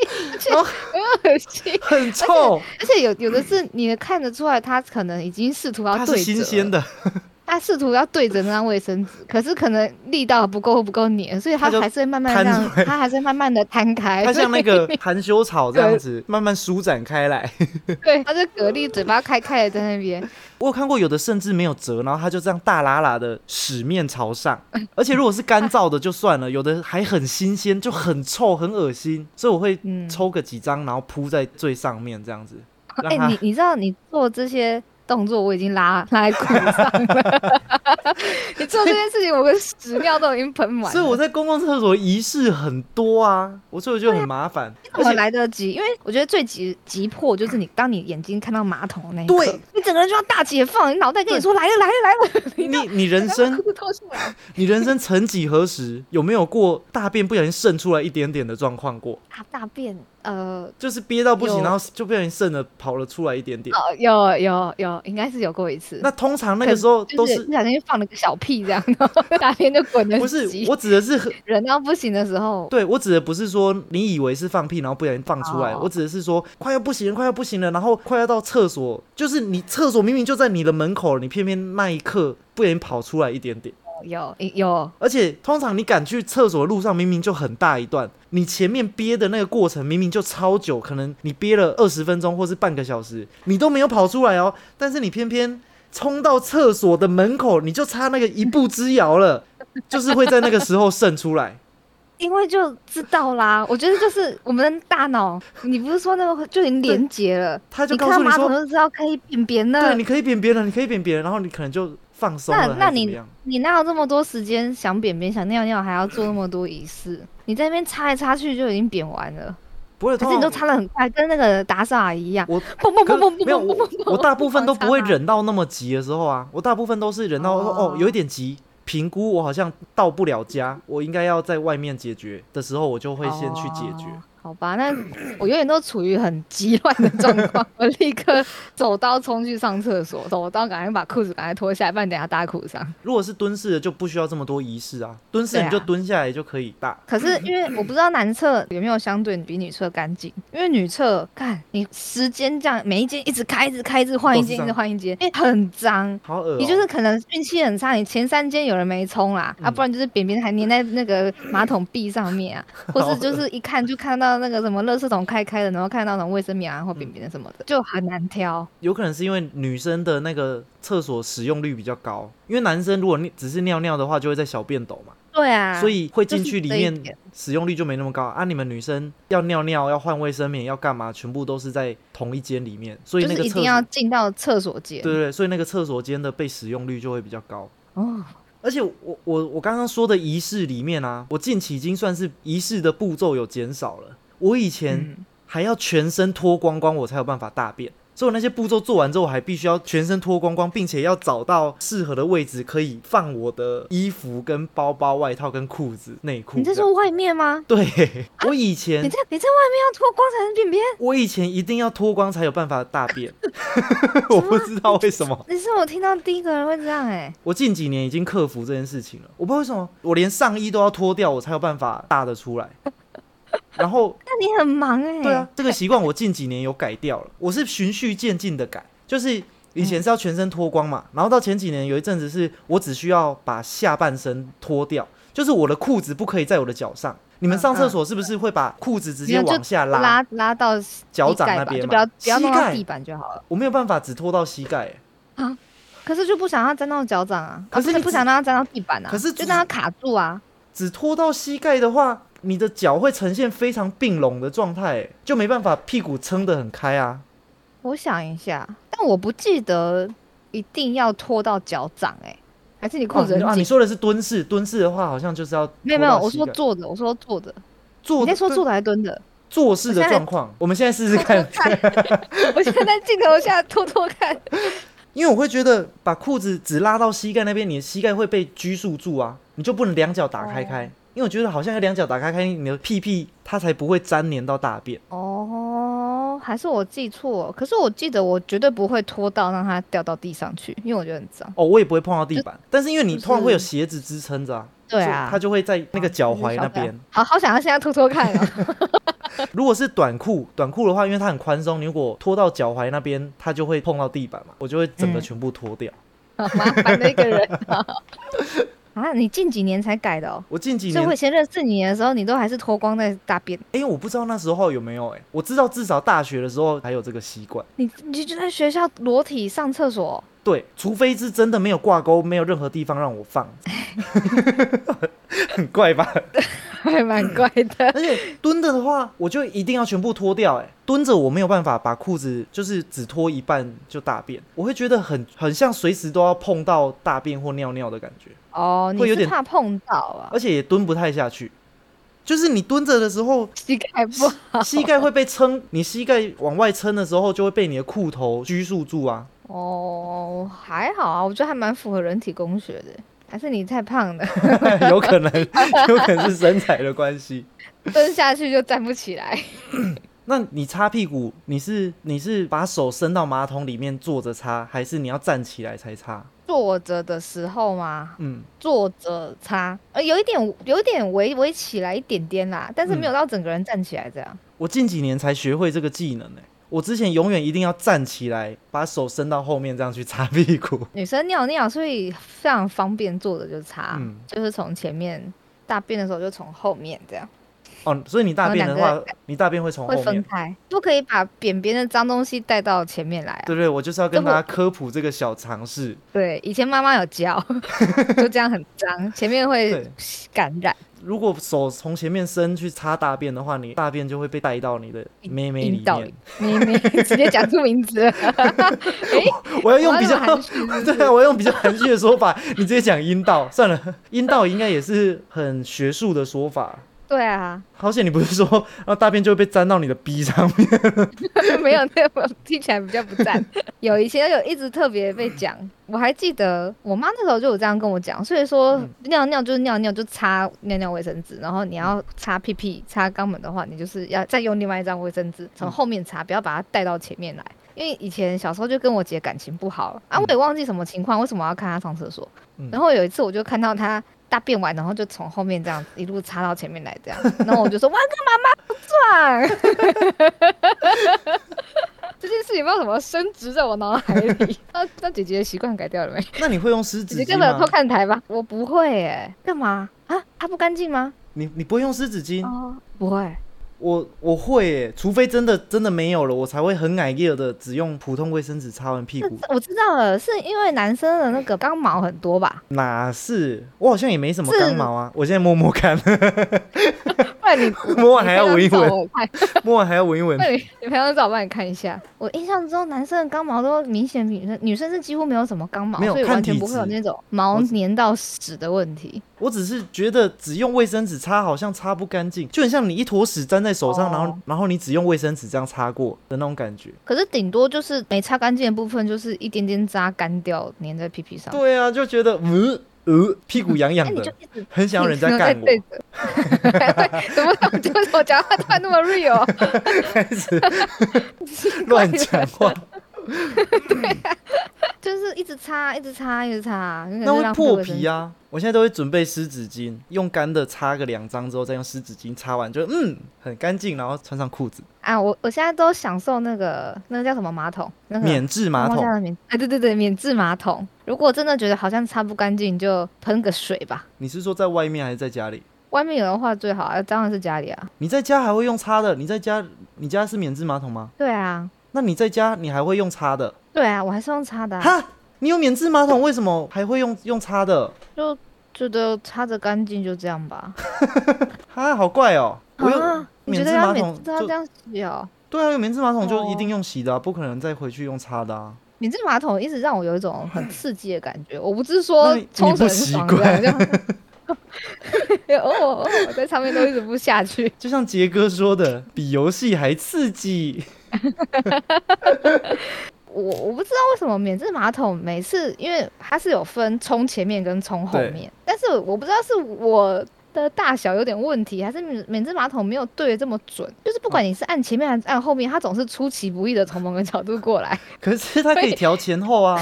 Speaker 2: 很恶心，
Speaker 1: 很臭，
Speaker 2: 哎而且有有的是你看得出来，他可能已经试图要
Speaker 1: 它
Speaker 2: 啊对
Speaker 1: 是
Speaker 2: 着
Speaker 1: 新鲜
Speaker 2: 的，
Speaker 1: 的，
Speaker 2: 他试图要对着那张卫生纸，可是可能力道不够不够黏，所以
Speaker 1: 它
Speaker 2: 他
Speaker 1: 就
Speaker 2: 还是会慢慢
Speaker 1: 摊
Speaker 2: 让
Speaker 1: 开
Speaker 2: 他还是呃慢慢的摊开，
Speaker 1: 它
Speaker 2: 所以
Speaker 1: 像那个含羞 草这样子慢慢舒展开来。
Speaker 2: 对，他是蛤蜊嘴巴开开的在那边，
Speaker 1: 我有看过有的甚至没有折，然后它就这样大喇喇的屎面朝 上，而且如果是干燥的就算了，有的还很新鲜，就很臭很恶心，所以我会
Speaker 2: 嗯
Speaker 1: 抽个几张，然后铺在最上面这样子。让
Speaker 2: 哎、
Speaker 1: 它
Speaker 2: 你你知道你做这些动作，我已经拉拉在裤上了。 你做这件事情，我的屎尿都已经喷满了。
Speaker 1: 所以我在公共厕所仪式很多啊，我所以我觉得很麻烦，
Speaker 2: 怎
Speaker 1: 而
Speaker 2: 么
Speaker 1: 且
Speaker 2: 来得及？因为我觉得最急急迫就是你，当你眼睛看到马桶的那一刻，
Speaker 1: 对
Speaker 2: 你整个人就要大解放，你脑袋跟你说来了来了来了，
Speaker 1: 你你人
Speaker 2: 整
Speaker 1: 生
Speaker 2: 个裤子脱出来，
Speaker 1: 你人生曾几何时有没有过大便不小心渗出来一点点的状况过？
Speaker 2: 大啊大便，呃，
Speaker 1: 就是憋到不行，
Speaker 2: 有
Speaker 1: 然后就不小心渗了跑了出来一点点。
Speaker 2: 哦，有有有，应该是有过一次。
Speaker 1: 那通常那个时候
Speaker 2: 就
Speaker 1: 都
Speaker 2: 是
Speaker 1: 是
Speaker 2: 不小心放了个小屁这样， 然后大便就滚了。
Speaker 1: 不是我指的是很
Speaker 2: 人到不行的时候，
Speaker 1: 对我指的不是说你以为是放屁，然后不小心放出来，
Speaker 2: 哦
Speaker 1: 我指的是说快要不行，快要不行了，然后快要到厕所，就是你厕所明明就在你的门口，你偏偏那一刻不小心跑出来一点点。
Speaker 2: 有有
Speaker 1: 而且通常你赶去厕所的路上，明明就很大一段，你前面憋的那个过程明明就超久，可能你憋了二十分钟或是半个小时，你都没有跑出来哦，但是你偏偏冲到厕所的门口，你就差那个一步之遥 了，就是会在那个时候渗出来。
Speaker 2: 因为就知道啦，我觉得就是我们的大 脑，你不是说那个会就已经连接了，
Speaker 1: 他就
Speaker 2: 你
Speaker 1: 告
Speaker 2: 看
Speaker 1: 诉你
Speaker 2: 到马
Speaker 1: 说
Speaker 2: 桶就知道可以辨别
Speaker 1: 对，
Speaker 2: 那
Speaker 1: 你。可以扁别人，你可以扁别人，然后你可能就放松
Speaker 2: 那
Speaker 1: 了，
Speaker 2: 那
Speaker 1: 还是怎么
Speaker 2: 你
Speaker 1: 样？
Speaker 2: 你哪有这么多时间想便便想尿尿，还要做那么多仪式？你在那边擦来擦去就已经扁完了，
Speaker 1: 不会，
Speaker 2: 可
Speaker 1: 通啊
Speaker 2: 是你都
Speaker 1: 常
Speaker 2: 擦的很快，跟那个打扫阿姨一样，
Speaker 1: 我
Speaker 2: 砰砰砰
Speaker 1: 可
Speaker 2: 砰砰
Speaker 1: 没有
Speaker 2: 砰
Speaker 1: 我
Speaker 2: 砰砰，
Speaker 1: 我大部分都不会
Speaker 2: 擦
Speaker 1: 忍到那么急的时候啊，我大部分都是忍到
Speaker 2: 啊哦
Speaker 1: 哦有一点急，评估我好像到不了家，我应该要在外面解决的时候，我就会先去解决。
Speaker 2: 哦好吧，那我永远都处于很急乱的状况，我立刻走到冲去上厕所，走到赶快把裤子赶快脱下来，不然等一下搭裤上。
Speaker 1: 如果是蹲式的，就不需要这么多仪式啊，蹲式
Speaker 2: 对
Speaker 1: 你就
Speaker 2: 啊
Speaker 1: 蹲下来就可以大。
Speaker 2: 可是因为我不知道男厕有没有相对比女厕干净，因为女厕看你时间这样，每一间一直开，一直开，一直换一间，
Speaker 1: 都是这样
Speaker 2: 一直换一间，因为很脏。
Speaker 1: 好恶、哦，
Speaker 2: 你就是可能运气很差，你前三间有人没冲啦，啊，
Speaker 1: 嗯
Speaker 2: 不然就是扁扁还粘在那个马桶壁上面 啊，或是就是一看就看到那个什么垃圾桶开开的，然后看到什么卫生棉啊或扁扁的什么的，就很难挑。
Speaker 1: 有可能是因为女生的那个厕所使用率比较高，因为男生如果你只是尿尿的话，就会在小便斗嘛。
Speaker 2: 对啊，
Speaker 1: 所以会进
Speaker 2: 就是
Speaker 1: 去里
Speaker 2: 这一
Speaker 1: 面
Speaker 2: 点
Speaker 1: 使用率就没那么高啊。你们女生要尿尿、要换卫生棉、要干嘛，全部都是在同一间里面，所以
Speaker 2: 就
Speaker 1: 那
Speaker 2: 是
Speaker 1: 个
Speaker 2: 一
Speaker 1: 厕
Speaker 2: 定要
Speaker 1: 所
Speaker 2: 进到厕所间。
Speaker 1: 对对对，所以那个厕所间的被使用率就会比较高。
Speaker 2: 哦，
Speaker 1: 而且我我我刚刚说的仪式里面啊，我近期已经算是仪式的步骤有减少了。我以前
Speaker 2: 嗯
Speaker 1: 还要全身脱光光，我才有办法大便。所以我那些步骤做完之后，我还必须要全身脱光光，并且要找到适合的位置，可以放我的衣服、跟包包、外套、跟裤子、内裤
Speaker 2: 你
Speaker 1: 这
Speaker 2: 在
Speaker 1: 样。
Speaker 2: 说外面吗？
Speaker 1: 对，
Speaker 2: 啊
Speaker 1: 我以前、
Speaker 2: 你在你在外面要脱光才能便便？
Speaker 1: 我以前一定要脱光才有办法大 便，我不知道为什么。
Speaker 2: 你是我听到第一个人会这样哎、
Speaker 1: 我近几年已经克服这件事情了，我不知道为什么，我连上衣都要脱掉，我才有办法大得出 来。然后，
Speaker 2: 那你很忙哎、
Speaker 1: 对啊，这个习惯我近几年有改掉了，我是循序渐进的改，就是以前是要全身脱光嘛，然后到前几年有一阵子是我只需要把下半身脱掉，就是我的裤子不可以在我的脚上。你们上厕
Speaker 2: 嗯
Speaker 1: 所是不是会把裤子直接
Speaker 2: 没有就
Speaker 1: 往下拉？
Speaker 2: 拉拉到膝
Speaker 1: 脚掌
Speaker 2: 盖
Speaker 1: 那
Speaker 2: 吧
Speaker 1: 边
Speaker 2: 就
Speaker 1: 嘛
Speaker 2: 不要不要
Speaker 1: 膝
Speaker 2: 弄到
Speaker 1: 盖
Speaker 2: 地板就好了。
Speaker 1: 我没有办法只脱到膝盖、欸
Speaker 2: 可是就不想让它沾到脚掌啊，
Speaker 1: 可是
Speaker 2: 啊不
Speaker 1: 你
Speaker 2: 不想让它沾到地板啊，
Speaker 1: 可是
Speaker 2: 就让它卡住啊。
Speaker 1: 只脱到膝盖的话，你的脚会呈现非常并拢的状态、欸就没办法屁股撑得很开啊。
Speaker 2: 我想一下，但我不记得一定要拖到脚掌哎、还是你裤
Speaker 1: 哦
Speaker 2: 子
Speaker 1: 你
Speaker 2: 很
Speaker 1: 啊，
Speaker 2: 紧？
Speaker 1: 你说的是蹲式，蹲式的话好像就是要
Speaker 2: 没有没有，
Speaker 1: 脱到
Speaker 2: 我
Speaker 1: 膝盖
Speaker 2: 说坐着，我说坐着，
Speaker 1: 坐，
Speaker 2: 你在说
Speaker 1: 对
Speaker 2: 坐着还是 蹲着？
Speaker 1: 坐式的状况。我们现在试试看，
Speaker 2: 我现在在镜头下 偷偷看，
Speaker 1: 因为我会觉得把裤子只拉到膝盖那边，你的膝盖会被拘束住啊，你就不能两脚打开开。
Speaker 2: 哦
Speaker 1: 因为我觉得好像要两脚打开开，你的屁屁它才不会粘连到大便。
Speaker 2: 哦，还是我记错？可是我记得我绝对不会拖到让它掉到地上去，因为我觉得很脏。
Speaker 1: 哦，我也不会碰到地板，但是因为你
Speaker 2: 就是
Speaker 1: 通常会有鞋子支撑着啊，所
Speaker 2: 对
Speaker 1: 以
Speaker 2: 啊哦
Speaker 1: 它，就会在那个脚踝那 边。
Speaker 2: 好好想要现在偷偷看啊。
Speaker 1: 如果是短裤，短裤的话，因为它很宽松，你如果拖到脚踝那边，它就会碰到地板嘛，我就会整个
Speaker 2: 嗯
Speaker 1: 全部脱掉。
Speaker 2: 好 麻烦的一个人啊！啊，你近几年才改的哦。
Speaker 1: 我近几
Speaker 2: 所以
Speaker 1: 年
Speaker 2: 我以，前认识你的时候，你都还是脱光在大便，
Speaker 1: 哎、我不知道那时候有没有、哎，我知道至少大学的时候还有这个习惯。
Speaker 2: 你你就在学校裸体上厕所，
Speaker 1: 对，除非是真的没有挂钩，没有任何地方让我 放，很怪吧？
Speaker 2: 还蛮怪的。
Speaker 1: 而且蹲着的话，我就一定要全部脱掉、哎，蹲着我没有办法把裤子就是只脱一半就大便，我会觉得很很像随时都要碰到大便或尿尿的感觉。
Speaker 2: 哦，你
Speaker 1: 会有
Speaker 2: 是
Speaker 1: 点
Speaker 2: 怕碰到 啊，
Speaker 1: 而且也蹲不太下去。就是你蹲着的时候，
Speaker 2: 膝盖不好。
Speaker 1: 膝盖会被撑，你膝盖往外撑的时候，就会被你的裤头拘束住啊。
Speaker 2: 哦，还好啊，我觉得还蛮符合人体工学的。还是你太胖了，
Speaker 1: 有可能，有可能是身材的关系。
Speaker 2: 蹲下去就站不起来。
Speaker 1: 那你擦屁股，你是你是把手伸到马桶里面坐着擦，还是你要站起来才擦？
Speaker 2: 坐着的时候嘛，
Speaker 1: 嗯，
Speaker 2: 坐着擦，呃，有一点有一点围围起来一点点啦，但是
Speaker 1: 嗯
Speaker 2: 没有到整个人站起来这样。
Speaker 1: 我近几年才学会这个技能呢、我之前永远一定要站起来，把手伸到后面这样去擦屁股。
Speaker 2: 女生尿尿，所以非常方便坐着就擦，
Speaker 1: 嗯
Speaker 2: 就是从前面大便的时候就从后面这样，
Speaker 1: 哦，所以你大便的
Speaker 2: 然后
Speaker 1: 话
Speaker 2: 两，
Speaker 1: 你大便会从后
Speaker 2: 会分
Speaker 1: 面。
Speaker 2: 开，不可以把扁扁的脏东西带到前面来、啊。
Speaker 1: 对对，我就是要跟
Speaker 2: 这不
Speaker 1: 大家科普这个小常识。
Speaker 2: 对，以前妈妈 有教，就这样很脏，前面会
Speaker 1: 对
Speaker 2: 感染。
Speaker 1: 如果手从前面伸去擦大便的话，你大便就会被带到你的妹妹里
Speaker 2: 引导
Speaker 1: 面。
Speaker 2: 你你直接讲出名 字了，哎，
Speaker 1: 我要用比较
Speaker 2: 我要用含蓄是不是
Speaker 1: 对啊，我要用比较含蓄的说法，你直接讲阴道算了，阴道应该也是很学术的说法。
Speaker 2: 对啊，
Speaker 1: 好险你不是说，然后大便就会被粘到你的逼上 面。
Speaker 2: 没有那么听起来比较不 赞。有以前有一直特别被讲，我还记得我妈那时候就有这样跟我讲，所以说
Speaker 1: 嗯
Speaker 2: 尿尿就是尿尿，就擦尿尿卫生纸，然后你要擦屁屁、擦肛门的话，你就是要再用另外一张卫生
Speaker 1: 嗯
Speaker 2: 纸从后面擦，不要把它带到前面来。因为以前小时候就跟我姐感情不好啊，
Speaker 1: 嗯
Speaker 2: 我也忘记什么情况，为什么要看她上厕所
Speaker 1: 嗯。
Speaker 2: 然后有一次我就看到她大便完，然后就从后面这样一路擦到前面来，这 样，然后我就说：“哇，干嘛妈不赚？”这件事情不知道怎么升值在我脑海 里。那那姐姐的习惯改掉了 没？
Speaker 1: 那你会用湿
Speaker 2: 姐
Speaker 1: 纸
Speaker 2: 姐
Speaker 1: 巾
Speaker 2: 根本有偷
Speaker 1: 吗？
Speaker 2: 看台吧？我不会耶、干嘛啊？它不干净吗？
Speaker 1: 你你不会用湿纸巾？
Speaker 2: 哦，不会。
Speaker 1: 我我会耶，除非真的真的没有了，我才会很矮热的只用普通卫生纸擦完屁股。
Speaker 2: 我知道了，是因为男生的那个刚毛很多吧？
Speaker 1: 哪是？我好像也没什么刚毛啊，我现在摸摸看，
Speaker 2: 不 然你
Speaker 1: 摸完还要闻一闻，
Speaker 2: 我 看，
Speaker 1: 摸完还要闻一闻
Speaker 2: 那。你你朋友找我帮你看一下。我印象中男生的刚毛都明显比女生，女生是几乎没有什么刚毛，
Speaker 1: 没有
Speaker 2: 所以
Speaker 1: 看
Speaker 2: 完全
Speaker 1: 体
Speaker 2: 不会有
Speaker 1: 质
Speaker 2: 那种毛
Speaker 1: 我
Speaker 2: 粘到屎的问题。
Speaker 1: 我只是觉得只用卫生纸擦好像擦不干净，就很像你一坨屎粘在手上，
Speaker 2: 哦
Speaker 1: 然后然后你只用卫生纸这样擦过的那种感觉。
Speaker 2: 可是顶多就是没擦干净的部分，就是一点点渣干掉，粘在屁屁上。
Speaker 1: 对啊，就觉得嗯呃屁股痒
Speaker 2: 那
Speaker 1: 痒
Speaker 2: 你就
Speaker 1: 的，
Speaker 2: 一直
Speaker 1: 很想要人家干我
Speaker 2: 对。着，还会怎么我觉得我讲话突然那么 real？啊
Speaker 1: 开始 乱讲话，
Speaker 2: 就是一直擦，一直擦，一直擦，
Speaker 1: 那会破皮啊！我现在都会准备湿纸巾，用干的擦个两张之后，再用湿纸巾擦完，就嗯很干净，然后穿上裤子，
Speaker 2: 啊！我我现在都享受那个那个叫什么马桶，那个
Speaker 1: 免治马
Speaker 2: 忘记
Speaker 1: 桶
Speaker 2: 它。的名字哎，对对对，免治马桶。如果真的觉得好像擦不干净，就喷个水吧。
Speaker 1: 你是说在外面还是在家里？
Speaker 2: 外面有人话最好啊，当然是家里啊。
Speaker 1: 你在家还会用擦的？你在家你家是免治马桶吗？
Speaker 2: 对啊，
Speaker 1: 那你在家你还会用擦的？
Speaker 2: 对啊，我还是用擦的、啊，
Speaker 1: 哈，你有免治马桶，为什么还会用用擦的？
Speaker 2: 就觉得擦着干净就这样吧。
Speaker 1: 哈，好怪哦、我用
Speaker 2: 啊，你觉
Speaker 1: 免
Speaker 2: 得
Speaker 1: 治
Speaker 2: 要
Speaker 1: 马
Speaker 2: 每
Speaker 1: 桶
Speaker 2: 次都要
Speaker 1: 就
Speaker 2: 这样洗哦？
Speaker 1: 对啊，有免治马桶就
Speaker 2: 哦
Speaker 1: 一定用洗的啊，不可能再回去用擦的啊。
Speaker 2: 免治马桶一直让我有一种很刺激的感觉。我不是说
Speaker 1: 那你
Speaker 2: 冲
Speaker 1: 你
Speaker 2: 水
Speaker 1: 不
Speaker 2: 很
Speaker 1: 习
Speaker 2: 爽的，就 哦，哦我在上面都一直不下去。
Speaker 1: 就像杰哥说的，比游戏还刺激。
Speaker 2: 我我不知道为什么免治马桶每次，因为它是有分冲前面跟冲后面，但是我不知道是我的大小有点问题，还是免免治马桶没有对的这么准，就是不管
Speaker 1: 哦
Speaker 2: 你是按前面还是按后面，它总是出其不意的从某个角度过来，
Speaker 1: 可是它可以调前后 啊，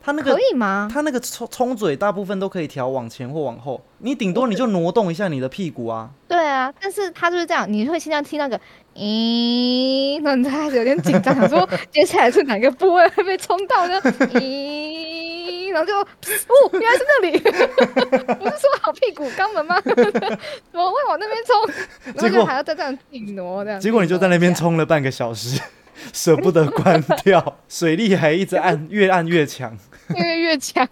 Speaker 1: 它那
Speaker 2: 可
Speaker 1: 个
Speaker 2: 以啊吗？
Speaker 1: 它那个冲冲嘴大部分都可以调往前或往后，你顶多你就挪动一下你的屁股 啊。
Speaker 2: 对啊，但是他就是这样，你会经常听那个，咦，那你开始有点紧张，想说接下来是哪个部位会被冲到呢？咦，然后就，哦，原来是那 里，不是说好屁股肛门吗？ 怎么会往那边冲？然后
Speaker 1: 结
Speaker 2: 就
Speaker 1: 果
Speaker 2: 还要再这样紧挪，这样。
Speaker 1: 结果你就在那边。冲了半个小时， 舍不得关 掉，水力还一直按，越按越强。
Speaker 2: 越来越强。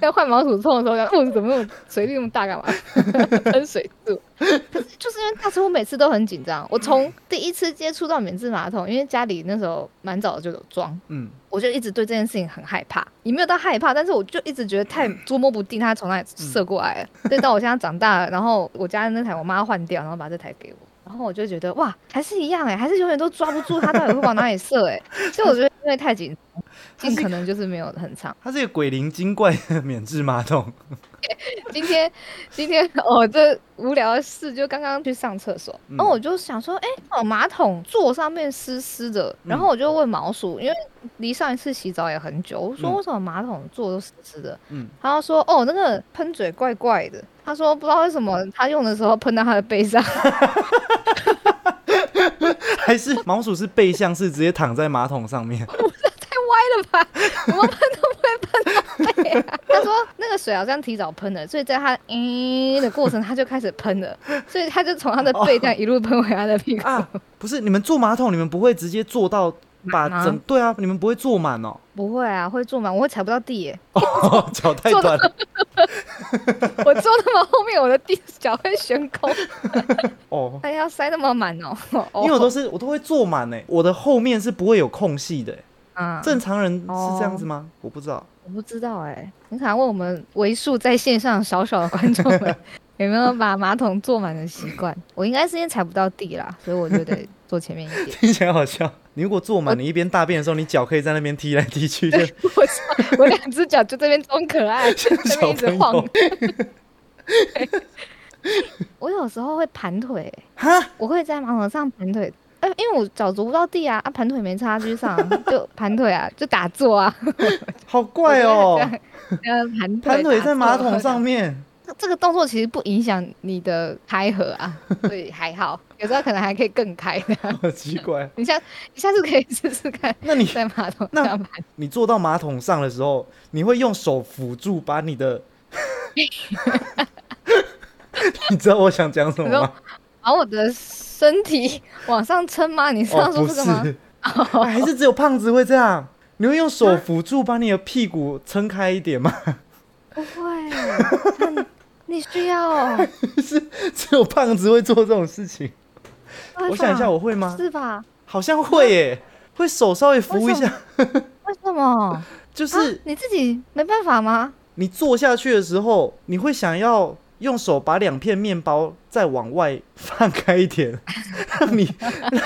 Speaker 2: 在换毛肚痛的时候，想肚子怎么那么水力那么大，干嘛 喷水柱？可是 就是因为那时候我每次都很紧张，我从第一次接触到免治马桶，因为家里那时候蛮早就有装。
Speaker 1: 嗯，
Speaker 2: 我就一直对这件事情很害怕，也没有到害怕，但是我就一直觉得 太捉摸不定，它从哪里射过来了。所以到我现在长大了，然后我家的那台我妈换掉，然后把这台给我，然后我就觉得哇，还是一样哎、还是永远都抓不住它到底会往哪里射 哎、所以我觉得因为太紧张，尽可能就是没有很长。
Speaker 1: 它是一个鬼灵精怪的免治马 桶。
Speaker 2: 今天今天 我这无聊的事，就刚刚去上厕所，
Speaker 1: 嗯
Speaker 2: 然后我就想说，哎、我马桶座上面湿湿的，
Speaker 1: 嗯
Speaker 2: 然后我就问毛叔，因为离上一次洗澡也很久，我说
Speaker 1: 嗯
Speaker 2: 为什么马桶座都湿湿的？
Speaker 1: 嗯，
Speaker 2: 他就说，哦，那个喷嘴怪怪的。他说不知道为什么他用的时候喷到他的背 上，
Speaker 1: 还是毛鼠是背向是直接躺在马桶上面。
Speaker 2: 太歪了吧？怎么喷都不会喷到背 啊！他说那个水好像提早喷了，所以在他嗯的过程他就开始喷了，所以他就从他
Speaker 1: 哦
Speaker 2: 的背这样一路喷回他的屁股。
Speaker 1: 啊，不是，你们坐马桶，你们不会直接坐到把
Speaker 2: 满吗
Speaker 1: 整对啊，你们不会坐满哦，
Speaker 2: 不会啊，会坐满，我会踩不到地耶。
Speaker 1: 哦，脚太短了
Speaker 2: 我坐那么后面，我的地脚会悬空。
Speaker 1: 哦。
Speaker 2: 哎呀，塞那么满 哦。
Speaker 1: 因为我都是我都会坐满呢，我的后面是不会有空隙的欸。
Speaker 2: 啊，
Speaker 1: 正常人是这样子
Speaker 2: 哦
Speaker 1: 吗？我不知道。
Speaker 2: 我不知道哎。你想问我们为数在线上少少的观众 们，有没有把马桶坐满的习惯？我应该是因为踩不到地啦，所以我就得坐前面 一点。
Speaker 1: 听起来好笑。你如果坐满，你一边大便的时候，你脚可以在那边踢来踢去，就
Speaker 2: 我说 我两只脚就这边装可 爱，这边一直
Speaker 1: 小朋
Speaker 2: 晃
Speaker 1: 友。
Speaker 2: 对我有时候会盘腿欸，
Speaker 1: 哈，
Speaker 2: 我会在马桶上盘腿，呃，因为我脚足不到地啊，啊，盘腿没差距上啊就盘腿啊，就打坐啊，
Speaker 1: 好怪哦、
Speaker 2: 呃，盘腿
Speaker 1: 盘腿在马桶上
Speaker 2: 面，
Speaker 1: 面，
Speaker 2: 这这个动作其实不影响你的开合啊，所以还好，有时候可能还可以更开的。
Speaker 1: 好奇怪。哦
Speaker 2: 你下你下次可以试试看，
Speaker 1: 那 你
Speaker 2: 在马桶
Speaker 1: 那
Speaker 2: 上盘，
Speaker 1: 你坐到马桶上的时候，你会用手辅助把 你的，你知道我想讲什么吗？
Speaker 2: 把我的身体往上撑吗？ 你是
Speaker 1: 哦
Speaker 2: 要，说
Speaker 1: 不
Speaker 2: 这个吗？
Speaker 1: 是， 还是只有胖子会这样？你会用手辅助把你的屁股撑开一点吗？
Speaker 2: 不会，那你需 要，
Speaker 1: 只有胖子会做这种事情。
Speaker 2: 会
Speaker 1: 我想一下，
Speaker 2: 吧
Speaker 1: 我会吗？
Speaker 2: 是吧？
Speaker 1: 好像会耶，会手稍微扶一
Speaker 2: 为
Speaker 1: 下，
Speaker 2: 为什么？
Speaker 1: 就
Speaker 2: 啊
Speaker 1: 是、
Speaker 2: 你自己没办法吗？
Speaker 1: 你坐下去的时候，你会想要用手把两片面包再往外放开一点， 让你让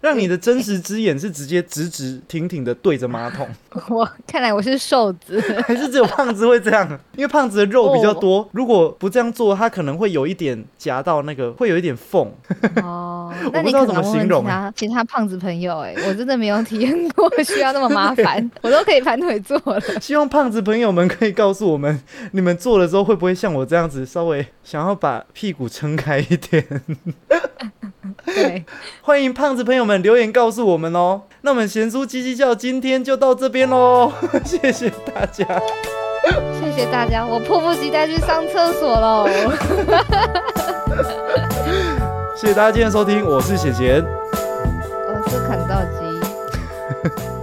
Speaker 1: 让你的真实之眼是直接直直挺挺的对着马桶，
Speaker 2: 我看来我是瘦子，
Speaker 1: 还是只有胖子会这样？因为胖子的肉
Speaker 2: 哦
Speaker 1: 比较多，如果不这样做，他可能会有一点夹到那个，会有一点缝。
Speaker 2: 哦，
Speaker 1: 我
Speaker 2: 那
Speaker 1: 不
Speaker 2: 你
Speaker 1: 知道
Speaker 2: 可
Speaker 1: 怎么
Speaker 2: 能问
Speaker 1: 形
Speaker 2: 问
Speaker 1: 容欸
Speaker 2: 其他其他胖子朋友、欸，哎，我真的没有体验过 需要那么麻烦，我都可以盘腿坐了。
Speaker 1: 希望胖子朋友们可以告诉我们，你们做了之后会不会像我这样子，稍微想要把屁股撑开一点？
Speaker 2: 对，
Speaker 1: 欢迎胖子朋友们留言告诉我们哦。那我们贤叔鸡鸡叫今天就到这边喽， 谢谢大家。
Speaker 2: 谢谢大家，我迫不及待去上厕所 喽。
Speaker 1: 谢谢大家今天的收听，我是贤贤，
Speaker 2: 我是肯豆鸡，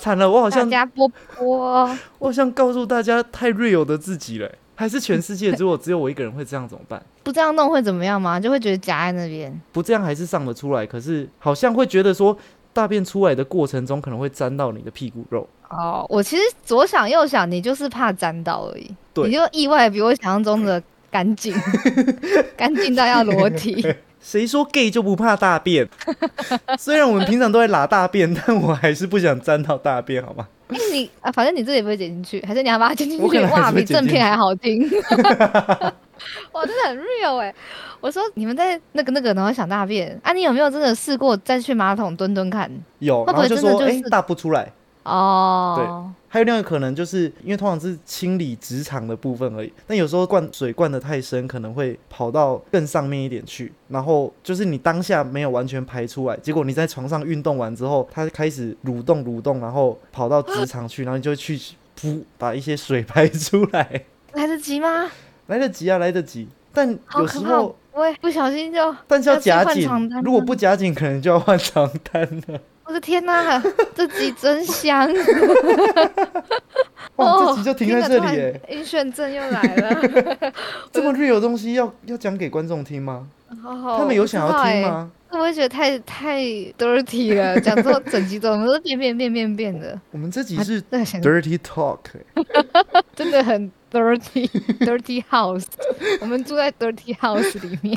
Speaker 1: 惨了，我好
Speaker 2: 大
Speaker 1: 像
Speaker 2: 家波波，
Speaker 1: 我好像告诉大家太 real 的自己了，还是全世界如果只有我一个人会这样怎么办？
Speaker 2: 不这样弄会怎么样吗？就会觉得夹在那边。
Speaker 1: 不这样还是上得出来，可是好像会觉得说大便出来的过程中可能会沾到你的屁股肉。
Speaker 2: 哦，我其实左想右想，你就是怕沾到而已，
Speaker 1: 对
Speaker 2: 你就意外比我想象中的干净， 干净到要裸体。
Speaker 1: 谁说 gay 就不怕大 便？虽然我们平常都在拉大便，但我还是不想沾到大便，好吗？
Speaker 2: 哎、你啊，反正你这也不会剪进去，还是你要把它剪 进
Speaker 1: 我可
Speaker 2: 去？
Speaker 1: 能还
Speaker 2: 哇，
Speaker 1: 是会
Speaker 2: 比
Speaker 1: 剪
Speaker 2: 正
Speaker 1: 进
Speaker 2: 片还 好听。 哇，真的很 real 哎、我说你们在那个那个，然后想大便啊？你有没有真的试过再去马桶蹲蹲看？
Speaker 1: 有，
Speaker 2: 会
Speaker 1: 然
Speaker 2: 不
Speaker 1: 后
Speaker 2: 会
Speaker 1: 就
Speaker 2: 真的
Speaker 1: 说，
Speaker 2: 就
Speaker 1: 哎、
Speaker 2: 是
Speaker 1: 大不出来。
Speaker 2: 哦，
Speaker 1: 还有另外一个可能，就是因为通常是清理职场的部分而已，但有时候灌水灌得太深，可能会跑到更上面一点去，然后就是你当下没有完全排出来，结果你在床上运动完之后，它开始蠕动蠕动，然后跑到职场去，然后你就去噗把一些水排出来，
Speaker 2: 来得及吗？
Speaker 1: 来得及啊，来得及。但
Speaker 2: 好
Speaker 1: 有时
Speaker 2: 可怕
Speaker 1: 候，
Speaker 2: 我不小心就，
Speaker 1: 但是要
Speaker 2: 要去
Speaker 1: 夹
Speaker 2: 换
Speaker 1: 紧
Speaker 2: 床单，
Speaker 1: 如果
Speaker 2: 吗
Speaker 1: 不夹紧，可能就要换床单了。
Speaker 2: 我的 天哪、这集真香！
Speaker 1: 哇，
Speaker 2: 哦，哦
Speaker 1: 这集就停在这里耶！
Speaker 2: 晕眩症又 来了，
Speaker 1: 这么 real 的东西要要讲给观众听吗？
Speaker 2: 哦
Speaker 1: 他们有想要听？吗？
Speaker 2: 我不知道欸会不会觉得太太 dirty 了？讲说整集怎么都是变变变变变的，
Speaker 1: 我们这集是
Speaker 2: 对，想
Speaker 1: dirty talk，欸
Speaker 2: 真的很 dirty dirty house，我们住在 dirty house 里面。